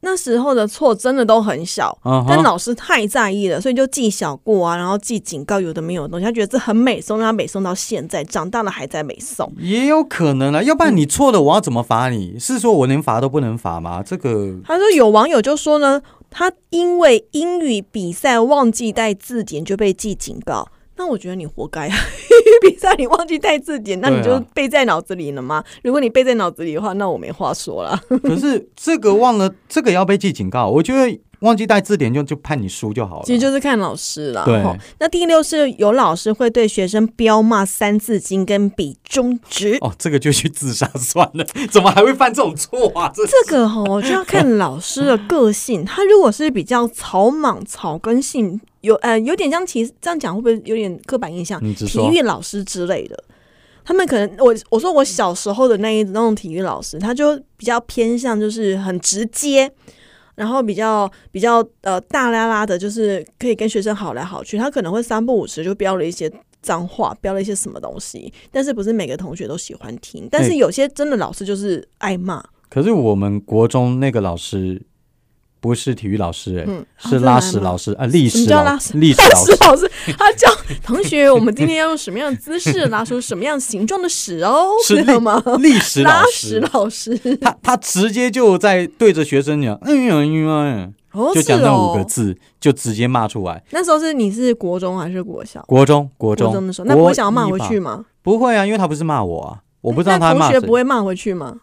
S2: 那时候的错真的都很小，
S1: 嗯
S2: 但
S1: 哼，
S2: 老师太在意了，所以就记小过啊，然后记警告有的没有的东西，他觉得这很美颂，让他美颂到现在，长大了还在美颂。
S1: 也有可能啦。要不然你错了，我要怎么罚你？是说我能罚都不能罚吗？这
S2: (laughs)
S1: 个
S2: 他说有网友就说呢，他因为英语比赛忘记带字典就被记警告。那我觉得你活该啊！ (laughs) 英语比赛你忘记带字典，那你
S1: 对
S2: 就
S1: 啊
S2: 背在脑子里了吗？如果你背在脑子里的话，那我没话
S1: (laughs)
S2: 说了。
S1: 可是这个忘了，这个要被记警告。我觉得忘记带字典就就判你输就好了。
S2: 其实就是看老师啦。
S1: 对
S2: 吼那第六是有老师会对学生彪骂《三字经》跟比中指。
S1: 哦，这个就去自杀算了， (laughs) 怎么还会犯这种错啊？这
S2: 这个吼、就要看老师的个性。他如果是比较草莽、草根性，有呃有点像其这样讲会不会有点刻板印象？
S1: 嗯你直
S2: 体
S1: 说
S2: 育老师之类的，他们可能我我说我小时候的那一那种体育老师，他就比较偏向就是很直接。然后比较比较呃大拉拉的，就是可以跟学生好来好去。他可能会三不五时就飙了一些脏话，飙了一些什么东西，但是不是每个同学都喜欢听。但是
S1: 哎
S2: 有些真的老师就是爱骂，
S1: 可是我们国中那个老师不是体育老师、哎、
S2: 嗯，
S1: 是
S2: 拉
S1: 拉屎老师啊，历
S2: 什么
S1: 史
S2: 叫
S1: 老
S2: 拉屎
S1: 历史
S2: 拉
S1: 老
S2: 屎
S1: 师。
S2: 老师，他教同学，我们今天要用什么样的姿势拉出什么样形状的屎哦，
S1: 是
S2: 知道吗？
S1: 历史
S2: (laughs) 拉
S1: 老
S2: 屎
S1: 师，
S2: 老师，
S1: 他他直接就在对着学生讲，嗯嗯嗯，
S2: 哦，
S1: 就讲
S2: 是
S1: 那
S2: 哦
S1: 五个。字，就直接骂出来。
S2: 那时候是你是国中还是国小？
S1: 国中，国中，
S2: 的时候，那不会
S1: 国
S2: 想要骂
S1: 一
S2: 回
S1: 吧
S2: 去？吗？嗯
S1: 不会啊，因为他不是骂我啊，我不知道
S2: 那
S1: 他
S2: 同
S1: 骂
S2: 学
S1: 谁。
S2: 不会骂回去吗？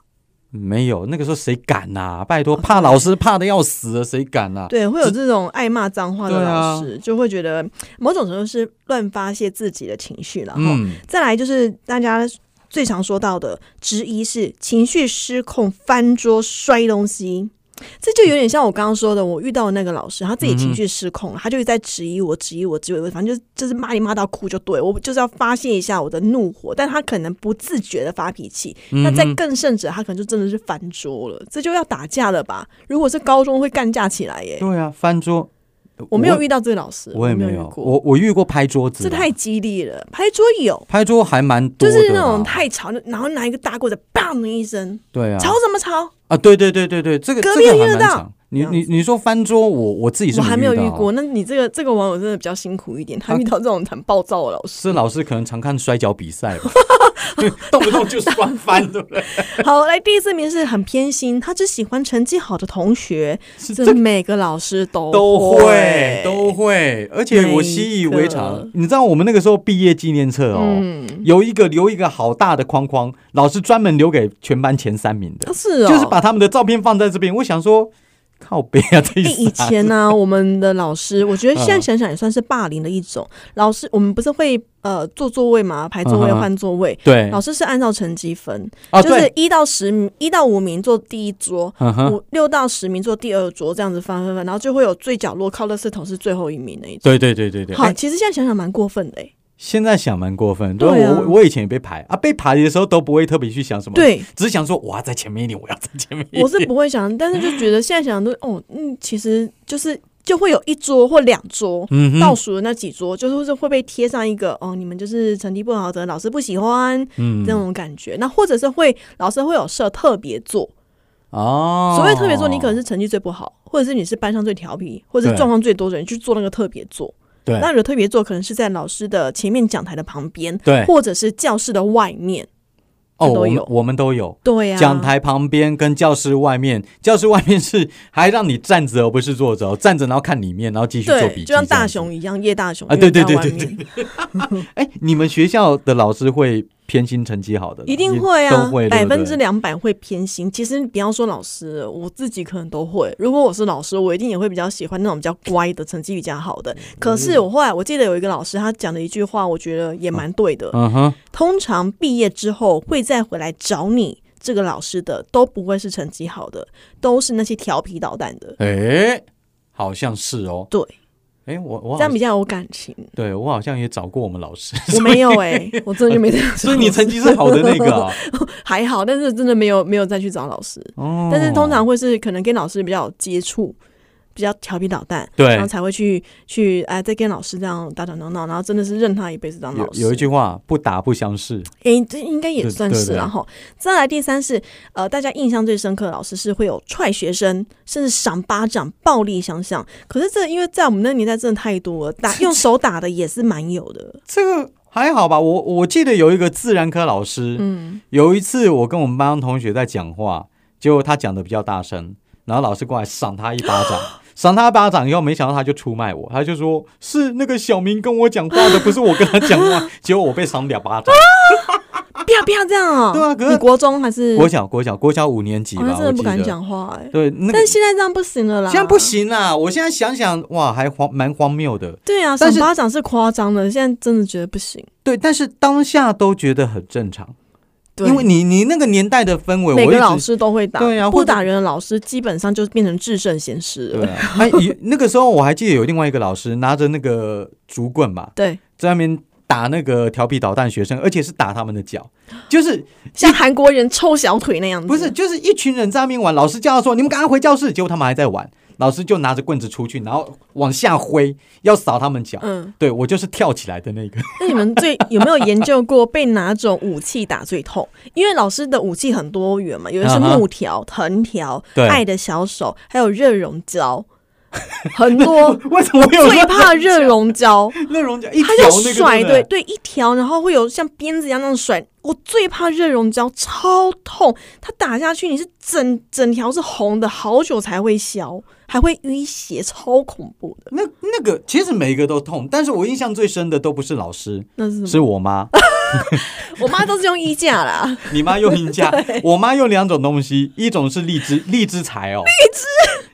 S1: 没有，那个时候谁敢呐、拜托，怕老师怕的要死了，谁敢啊呐、
S2: 哦对，会有这种爱骂脏话的
S1: 对啊
S2: 老师，就会觉得某种程度是乱发泄自己的情绪了。哈。
S1: 嗯，
S2: 再来就是大家最常说到的之一是情绪失控、翻桌、摔东西。这就有点像我刚刚说的，我遇到的那个老师，他自己情绪失控了，他就一直在质疑我、质疑我、质疑我，反正就就是骂你骂到哭就对我，就是要发泄一下我的怒火，但他可能不自觉的发脾气，那再
S1: 嗯哼
S2: 更甚者，他可能就真的是翻桌了，这就要打架了吧？如果是高中会干架起来耶，
S1: 对啊，翻桌，
S2: 我没有遇到这个老师，
S1: 我，我也
S2: 没
S1: 没
S2: 遇
S1: 有，
S2: 过，
S1: 我我遇过拍桌子
S2: 这
S1: 的，
S2: 太激烈了，拍桌有。
S1: 拍桌还蛮多
S2: 就
S1: 的啊，
S2: 是那种太吵，然后拿一个大棍子，砰的一声，
S1: 对啊，
S2: 吵什么吵？
S1: 啊，对对对对对，这个
S2: 隔
S1: 这
S2: 壁
S1: 个还
S2: 遇
S1: 蛮
S2: 到
S1: 常。你
S2: 这
S1: 你你说翻桌，我我自己是
S2: 我还没有
S1: 到
S2: 遇
S1: 啊
S2: 过。。那你这个这个网友真的比较辛苦一点，他
S1: 啊
S2: 遇到这种很暴躁的老师。
S1: 是老师可能常看摔跤比赛
S2: (laughs)
S1: 吧，动不动就翻翻，对不对？
S2: 好，来第四名是很偏心，他只喜欢成绩好的同学，
S1: 是
S2: 这每个老师都
S1: 都
S2: 会
S1: 会都会，而且我习以为
S2: 每
S1: 常
S2: 个。
S1: 你知道我们那个时候毕业纪念册哦，
S2: 嗯，
S1: 有一个留一个好大的框框，老师专门留给全班前三名的，
S2: 啊是哦，
S1: 就是把他们的照片放在这边。我想说，靠背啊，这
S2: 哎，以
S1: 一 (laughs)
S2: 前呢、我们的老师，我觉得现在
S1: 嗯
S2: 想想也算是霸凌的一种。老师，我们不是会呃坐座位嘛，排座位
S1: 嗯哼
S2: 换座位。
S1: 对
S2: 老师是按照成绩分，
S1: 啊，
S2: 就
S1: 对
S2: 是，一到十名，一到五名坐第一桌，
S1: 嗯哼，
S2: 五六到十名坐第二桌，这样子翻翻翻，然后就会有最角落靠垃圾桶是最后一名那一种。
S1: 对对对对对。
S2: 好，
S1: 哎，
S2: 其实现在想想蛮过分的哎、
S1: 现在想蛮过分，
S2: 对
S1: 对
S2: 啊
S1: 我我以前也被排啊，被排的时候都不会特别去想什么，， (laughs)
S2: 对，
S1: 只是想说我要在前面一点，我要在前面一点。
S2: 我是不会想，但是就觉得现在想都哦，嗯，其实就是就会有一桌或两桌。
S1: 嗯哼
S2: 倒数的那几桌，就是会被贴上一个哦，你们就是成绩不好的，老师不喜欢
S1: 嗯
S2: 那种感觉。那或者是会老师会有设特别座，
S1: 哦，
S2: 所谓特别座，你可能是成绩最不好，或者是你是班上最调皮，或者是
S1: 对
S2: 状况最多的人去做那个特别座。
S1: 对
S2: 那有的特别座可能是在老师的前面讲台的旁边，
S1: 对
S2: 或者是教室的外面。
S1: 哦，
S2: 都
S1: 我
S2: 有
S1: 们我们都有。
S2: 对呀、啊，
S1: 讲。台旁边跟教室外面， (laughs) 教室外面是还让你站着哦，不是坐着哦，站着然后看里面，然后继续做笔
S2: 对，
S1: 记。
S2: 就像大
S1: 这样子
S2: 雄一样，叶大雄
S1: 啊对对
S2: 因为在
S1: 对
S2: 外
S1: 对
S2: 面
S1: 哎，你们学校的老师会偏心成绩好的啦？
S2: 一定
S1: (laughs)
S2: 会
S1: 都
S2: 啊，
S1: 会
S2: 百分之
S1: 两。
S2: 两百会偏心。其实不要说老师了，我自己可能都会。如果我是老师，我一定也会比较喜欢那种比较乖的，成绩比较好
S1: 嗯
S2: 的。可是我后来我记得有一个老师，他讲的一句话，我觉得也蛮对的。
S1: 嗯哼，
S2: 通常毕业之后会再回来找你这个老师的，都不会是成绩好的，都是那些调皮捣蛋的。
S1: 哎，好像是哦。
S2: 对，
S1: 哎，我我
S2: 这
S1: 好
S2: 样比较有感情。
S1: 对我好像也找过我们老
S2: (laughs)
S1: 师，
S2: 我没有哎、我真的就没这样。
S1: (laughs) 所以你成绩是好的那个啊。
S2: (laughs) 还好，但是真的没有没有再去找老师。
S1: 哦
S2: 但是通常会是可能跟老师比较有接触，比较调皮捣蛋，
S1: 对
S2: 然后才会去去哎再跟老师这样打打闹闹，然后真的是认他一辈子当
S1: 有
S2: 老师。
S1: 有一句话，不打不相识。
S2: 诶，这应该也
S1: 对
S2: 算
S1: 对
S2: 是
S1: 对
S2: 然后再来第三是，呃，大家印象最深刻的老师是会有踹学生，甚至赏巴掌、暴力相向。可是这因为在我们那个年代真的太多了，
S1: (laughs)
S2: 打用手打的也是蛮有的。
S1: 这个还好吧？我我记得有一个自然科老师，
S2: 嗯，
S1: 有一次我跟我们班同学在讲话，结果他讲的比较大声，然后老师过来赏他一巴
S2: (laughs)
S1: 掌。赏他一巴掌以后，没想到他就出卖我，他就说是那个小明跟我讲话的，不是我跟他讲
S2: (laughs)
S1: 话。结果我被赏两巴掌。
S2: 不要不要这样哦。
S1: 对啊可是
S2: 你国中还是
S1: 国小国小国小五年级吧，
S2: 嗯哦那真的
S1: 我
S2: 不
S1: 记
S2: 敢
S1: 得。
S2: 讲话哎、
S1: 对，那个
S2: 但现在这样不行了啦，
S1: 现在不。行啦！我现在想想，哇，还荒蛮荒谬的。
S2: 对啊，
S1: 但
S2: 赏
S1: 是
S2: 巴掌是夸张的，现在真的觉得不行。
S1: 对，但是当下都觉得很正常，
S2: 对，
S1: 因为你你那个年代的氛围，
S2: 每
S1: 我一
S2: 个老
S1: 直
S2: 师都会打，
S1: 对啊或
S2: 不
S1: 者
S2: 打人的老师基本上就变成至圣先师
S1: 对
S2: 了。 (laughs)
S1: 啊，哎，有那个时候我还记得有另外一个老师拿着那个竹棍吧，
S2: 对，
S1: 在那边打那个调皮捣蛋学生，而且是打他们的脚，就是
S2: 像韩国人抽小腿那样子。
S1: 不是就是一群人在那边玩，老师叫他说你们赶快回教室，结果他们还在玩，老师就拿着棍子出去，然后往下挥，要扫他们脚。
S2: 嗯，
S1: 对我就是跳起来的那个， (laughs)
S2: 那你们最有没有研究过被哪种武器打最痛？因为老师的武器很多元嘛，有的是木条、藤条、
S1: 啊对
S2: 爱的小手，还有热熔胶，很
S1: (laughs)
S2: 多。
S1: 为什么会有
S2: 最怕热熔胶，
S1: 那种脚一条
S2: 它要
S1: 那个
S2: 甩，
S1: 对
S2: 对对，一条，然后会有像鞭子一样那样甩。我最怕热熔胶，超痛，它打下去你是整整条是红的，好久才会消，还会淤血，超恐怖的。
S1: 那那个其实每一个都痛，但是我印象最深的都不是老师，
S2: 那是什
S1: 是我妈。
S2: 么？我妈都是用衣架
S1: (laughs)
S2: 啦。 (laughs)
S1: 你妈用银架，我妈用两种东西，一种是荔枝，荔枝柴哦，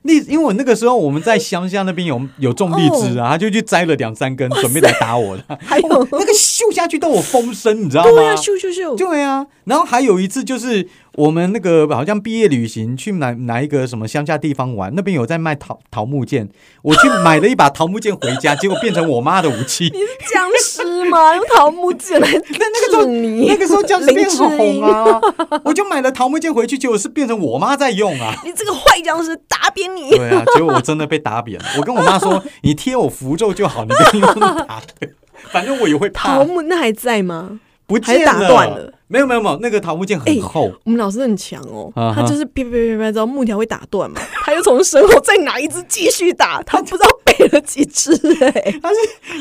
S1: 荔枝，荔，因为我那个时候我们在乡下那边有有种荔枝
S2: 哦
S1: 啊，她就去摘了两三根，准备来打我
S2: (laughs)
S1: 的，
S2: 还有，
S1: 那个咻下去都有风声，你知道
S2: 对呀、
S1: 吗
S2: 啊，？咻咻咻，
S1: 对啊，然后还有一次就是我们那个好像毕业旅行去哪哪一个什么乡下地方玩，那边有在卖桃桃木剑，我去买了一把桃木剑回家，结果变成我妈的武器。
S2: 你是僵尸
S1: (laughs)
S2: 吗？用桃木剑来治你？
S1: 那个时候僵尸片 (laughs) 很
S2: 林志
S1: 红
S2: 颖
S1: 啊，我就买了桃木剑回去，结果是变成我妈在用 (laughs) 啊。
S2: 你这个坏僵尸，打扁
S1: (laughs)
S2: 你！
S1: 对啊，结果我真的被打扁了。我跟我妈说：“你贴我符咒就好，你不用打的，反正我也会怕
S2: 桃。木那还在吗？”
S1: 不见
S2: 还打断了
S1: 没有没有没有，那个桃木剑很厚，
S2: 我们老师很强哦
S1: 啊哈
S2: 他就是啪啪啪啪，之后木条会打断嘛， (laughs) 他又从身后再拿一只继续打，他不知道背了几只哎、
S1: 它是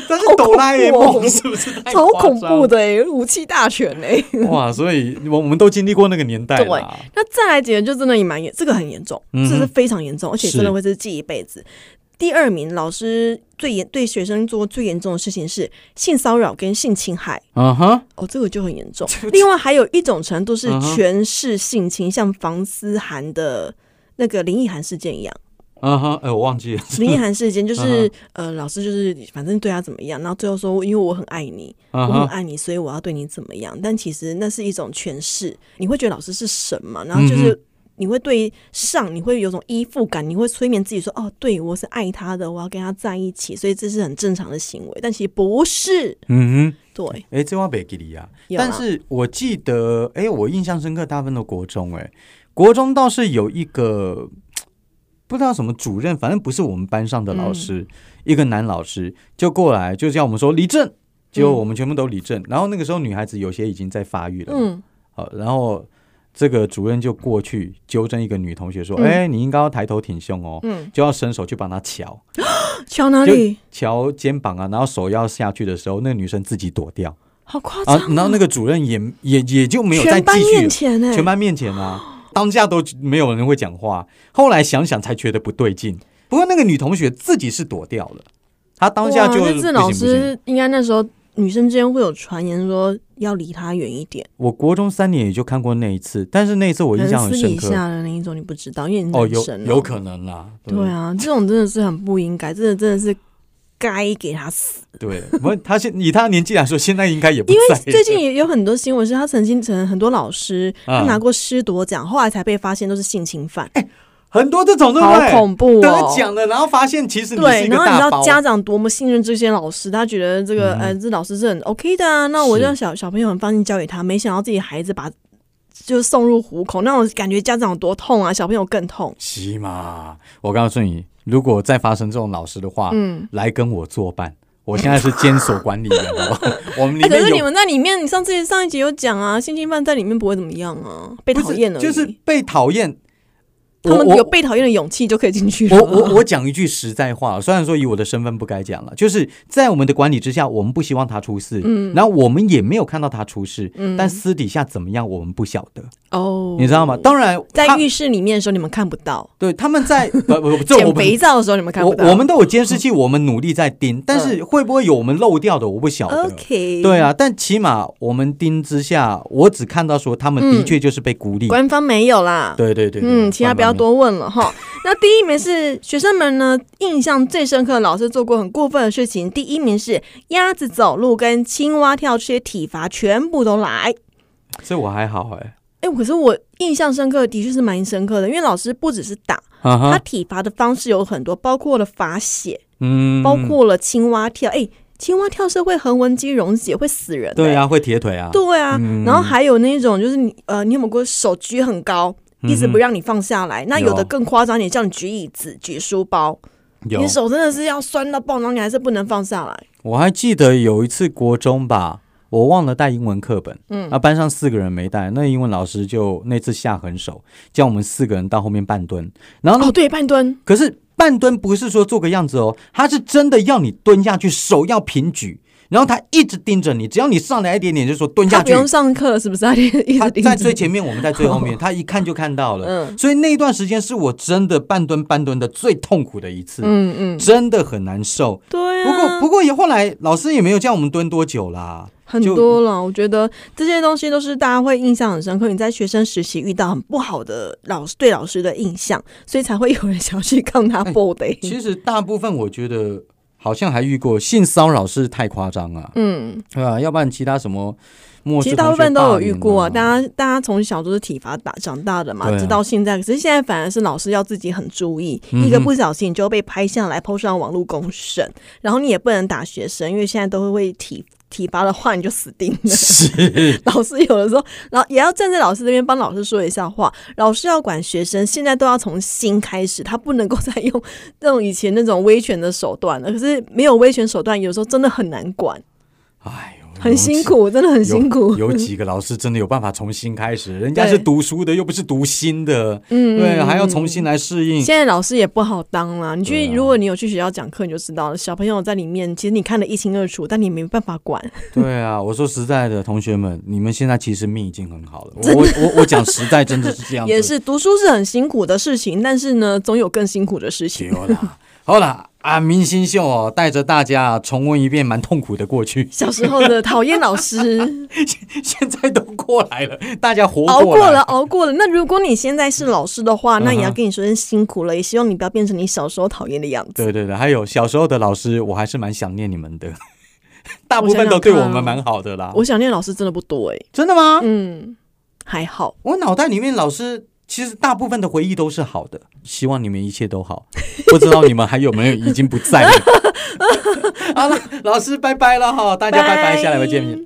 S1: 它
S2: 好
S1: 是
S2: 恐怖哦
S1: 哆啦 A 梦，是不是 (laughs) 太
S2: 超
S1: 夸张
S2: 恐怖的哎、武器大全哎、
S1: (laughs) 哇！所以我我们都经历过那个年代
S2: 对
S1: 啦。
S2: 那再来几个就真的也蛮严，这个很严重，
S1: 嗯哼
S2: 这是非常严重，而且
S1: 是
S2: 真的会是记一辈子。第二名，老师最严对学生做最严重的事情是性骚扰跟性侵害，
S1: 嗯哼，
S2: 哦，这个就很严重
S1: (laughs) 这个。
S2: 另外还有一种程度是
S1: 嗯哼
S2: 全是性侵，像房思涵的那个林奕涵事件一样。
S1: 嗯哼，哎，我忘记了。
S2: 林奕涵事件就
S1: 嗯
S2: 是呃，老师就是反正对他怎么样，然后最后说因为我很爱你，
S1: 嗯
S2: 我很
S1: 哼，
S2: 爱你，所以我要对你怎么样？但其实那是一种诠释，你会觉得老师是神嘛？然后
S1: 嗯
S2: 就是你会对上，你会有种依附感，你会催眠自己说：“哦，对我是爱他的，我要跟他在一起。”所以这是很正常的行为，但其实不是。
S1: 嗯哼。
S2: 对，
S1: 哎，这话北吉里亚，
S2: 有啊
S1: 但是我记得，哎，我印象深刻，大部分都国中，哎，国中倒是有一个不知道什么主任，反正不是我们班上的老师，
S2: 嗯
S1: 一个男老师就过来，就叫我们说立
S2: 嗯
S1: 正，结果我们全部都立正。然后那个时候女孩子有些已经在发育了，
S2: 嗯，
S1: 好，然后这个主任就过去纠正一个女同学说：“
S2: 嗯
S1: 哎、你应该要抬头挺胸哦。”
S2: 嗯
S1: 就要伸手去帮她瞧，
S2: 瞧哪
S1: 就
S2: 里？
S1: 瞧肩膀啊，然后手要下去的时候，那个女生自己躲掉。
S2: 好夸张、
S1: 啊，然后那个主任也也也就没有再
S2: 全班
S1: 继续
S2: 面
S1: 了
S2: 前哎、
S1: 全班面前啊，当下都没有人会讲话。后来想想才觉得不对劲。不过那个女同学自己是躲掉了，她当下就不
S2: 哇那
S1: 行
S2: 这
S1: 不
S2: 老
S1: 行。
S2: 师应该那时候女生之间会有传言说要离他远一点，
S1: 我国中三年也就看过那一次，但是那一次我
S2: 可
S1: 印象
S2: 能
S1: 很
S2: 私
S1: 深
S2: 底
S1: 刻。
S2: 下的那一种你不知道，因为你
S1: 哦，
S2: 男
S1: 有
S2: 生、
S1: 有可能啦，
S2: 对啊，这种真的是很不应该，这个真的是该给他死。
S1: (laughs) 对，我他现以他的年纪来说，现在应该也不
S2: 因
S1: 在了。
S2: 为最近也有很多新闻是他曾经曾很多老师，
S1: 啊
S2: 他拿过师铎奖，后来才被发现都是性侵犯，
S1: 很多这种对不
S2: 好
S1: 对？
S2: 恐怖哦
S1: 得。奖了，然后发现其实你是
S2: 对
S1: 一，个
S2: 然后你知
S1: 大
S2: 道
S1: 包。嗯
S2: 家长多么信任这些老师，他觉得这个、呃，这老师是很 OK 的啊，那我
S1: 是
S2: 让小小朋友很放心交给他，没想到自己孩子把就送入虎口，那种感觉家长有多痛啊，小朋友更痛。
S1: 是嘛？我告诉你，如果再发生这种老师的话，
S2: 嗯，
S1: 来跟我作伴。我现在是监所管理员，好不
S2: (laughs)
S1: 好我们里
S2: 哎可
S1: 面
S2: 是你
S1: 有
S2: 们在里面，你上次上一集有讲啊，性侵犯在里面不会怎么样啊，被
S1: 不
S2: 讨
S1: 是
S2: 厌而已。
S1: 就是被讨厌。
S2: 他们
S1: 我
S2: 有被讨厌的勇气就可以进去了。
S1: 我我我讲一句实在话，虽然说以我的身份不该讲了，就是在我们的管理之下，我们不希望他出事，
S2: 嗯
S1: 然后我们也没有看到他出事，
S2: 嗯
S1: 但私底下怎么样我们不晓得，
S2: 哦
S1: 你知道吗？当然，
S2: 在
S1: 他
S2: 浴室里面的时候你们看不到，
S1: 对他们
S2: (laughs)
S1: 在不不不，这我
S2: 捡
S1: 不
S2: 肥皂的时候你们看不到。嗯
S1: 我我们都有监视器，我们努力在盯，但是会不会有我们漏掉的，我不晓得。
S2: OK，
S1: 对，啊，但起码我们盯之下，我只看到说他们的
S2: 嗯
S1: 确就是被孤立。
S2: 官方没有啦。
S1: 对对对，对
S2: 嗯，其他不要。
S1: 官方
S2: 多问了哈。 (laughs) 那第一名是学生们呢，印象最深刻，老师做过很过分的事情。第一名是鸭子走路跟青蛙跳，这些体罚全部都来。
S1: 面这我还好哎、
S2: 哎、可是我印象深刻，的确是蛮深刻的，因为老师不只是打，
S1: 哈
S2: 他
S1: 哈，
S2: 体罚的方式有很多，包括了罚写，
S1: 嗯
S2: 包括了青蛙跳。哎、青蛙跳是会横纹肌溶解，会死人、
S1: 对，啊，会铁腿啊，
S2: 对啊。
S1: 嗯
S2: 然后还有那种就是你呃，你有没有过手举很高，一直不让你放下来？那有
S1: 嗯
S2: 的
S1: 有
S2: 更夸张一点，叫你举椅子、举书包，
S1: 有
S2: 你。手真的是要酸到爆，然后你还是不能放下来。
S1: 我还记得有一次国中吧，我忘了带英文课本，嗯，啊，班上四个人没带，那英文老师就那次下狠手，叫我们四个人到后面半蹲，然后那
S2: 哦，对，半蹲，
S1: 可是半蹲不是说做个样子哦，他是真的要你蹲下去，手要平举，然后他一直盯着你，只要你上来一点点，就说蹲下
S2: 他啊不
S1: 去。
S2: 用上课是不是？他就一
S1: 他
S2: 直盯
S1: 在
S2: 着
S1: 最。前面，我们在最后
S2: (laughs)
S1: 面，他一看就看到了。
S2: 嗯
S1: 所以那一段时间是我真的半蹲半蹲的最痛苦的一次，
S2: 嗯嗯，
S1: 真的很难受。
S2: 对
S1: 不过
S2: 啊。
S1: 不过也后来老师也没有叫我们蹲多久啦，
S2: 很
S1: 就
S2: 多了，我觉得这些东西都是大家会印象很深刻。你在学生时期遇到很不好的老师对老师的印象，所以才会有人想要去抗他
S1: 哎
S2: body。
S1: 其实大部分我觉得好像还遇过性骚扰是太夸张了，
S2: 嗯，
S1: 对吧、要不然其他什么末世
S2: 其实大
S1: 同
S2: 部
S1: 学
S2: 分都有
S1: 霸
S2: 遇
S1: 凌
S2: 过啊，
S1: 啊
S2: 大家大家从小都是体罚打长大的嘛，
S1: 对啊
S2: 直到现在。可是现在反而是老师要自己很注意，
S1: 嗯哼
S2: 一个不小心你就被拍下来抛上网络公审，然后你也不能打学生，因为现在都会体体罚的话你就死定了。
S1: 是，
S2: (laughs) 老师有的时候，然后也要站在老师这边帮老师说一下话。老师要管学生，现在都要从心开始，他不能够再用那种以前那种威权的手段了。可是没有威权手段，有时候真的很难管，
S1: 哎呦，
S2: 很辛，苦，真的很辛 (laughs) 苦。
S1: 有几个老师真的有办法重新开
S2: (laughs)
S1: 始，人家是
S2: 对
S1: 读书的，又不是读心的，
S2: 嗯，
S1: 对，还要
S2: 嗯
S1: 重新来适应。
S2: 现在老师也不好当啦。你去，
S1: 对啊
S2: 如果你有去学校讲课，你就知道了。小朋友在里面，其实你看得一清二楚，但你没办法管。
S1: 对啊，我说实在的，同学们，你们现在其实命已经很好了。我我我讲实在，真的是这样子，
S2: (laughs) 也是读书是很辛苦的事情，但是呢，总有更辛苦的事情。
S1: 丢啦。好啦，啊，明星秀哦，带着大家重温一遍蛮痛苦的过去， (laughs)
S2: 小时候的讨厌老师。
S1: 现在都过来了，大家活
S2: 熬
S1: 过来
S2: 过了，熬过了。那如果你现在是老师的话，
S1: 嗯哼
S2: 那也要跟你说声辛苦了，也希望你不要变成你小时候讨厌的样子。
S1: 对对对，还有小时候的老师，我还是蛮想念你们的，大部
S2: 我想
S1: 分
S2: 想
S1: 都对
S2: 看
S1: 我
S2: 哦
S1: 们蛮好的啦。
S2: 我想念老师真的不多哎、
S1: 真的吗？
S2: 嗯，还好。
S1: 我脑袋里面老师其实大部分的回忆都是好的，希望你们一切都好。 (laughs) 不知道你们还有没有已经不在了？好了，老师拜拜了哈，大家拜拜，下礼拜见面。。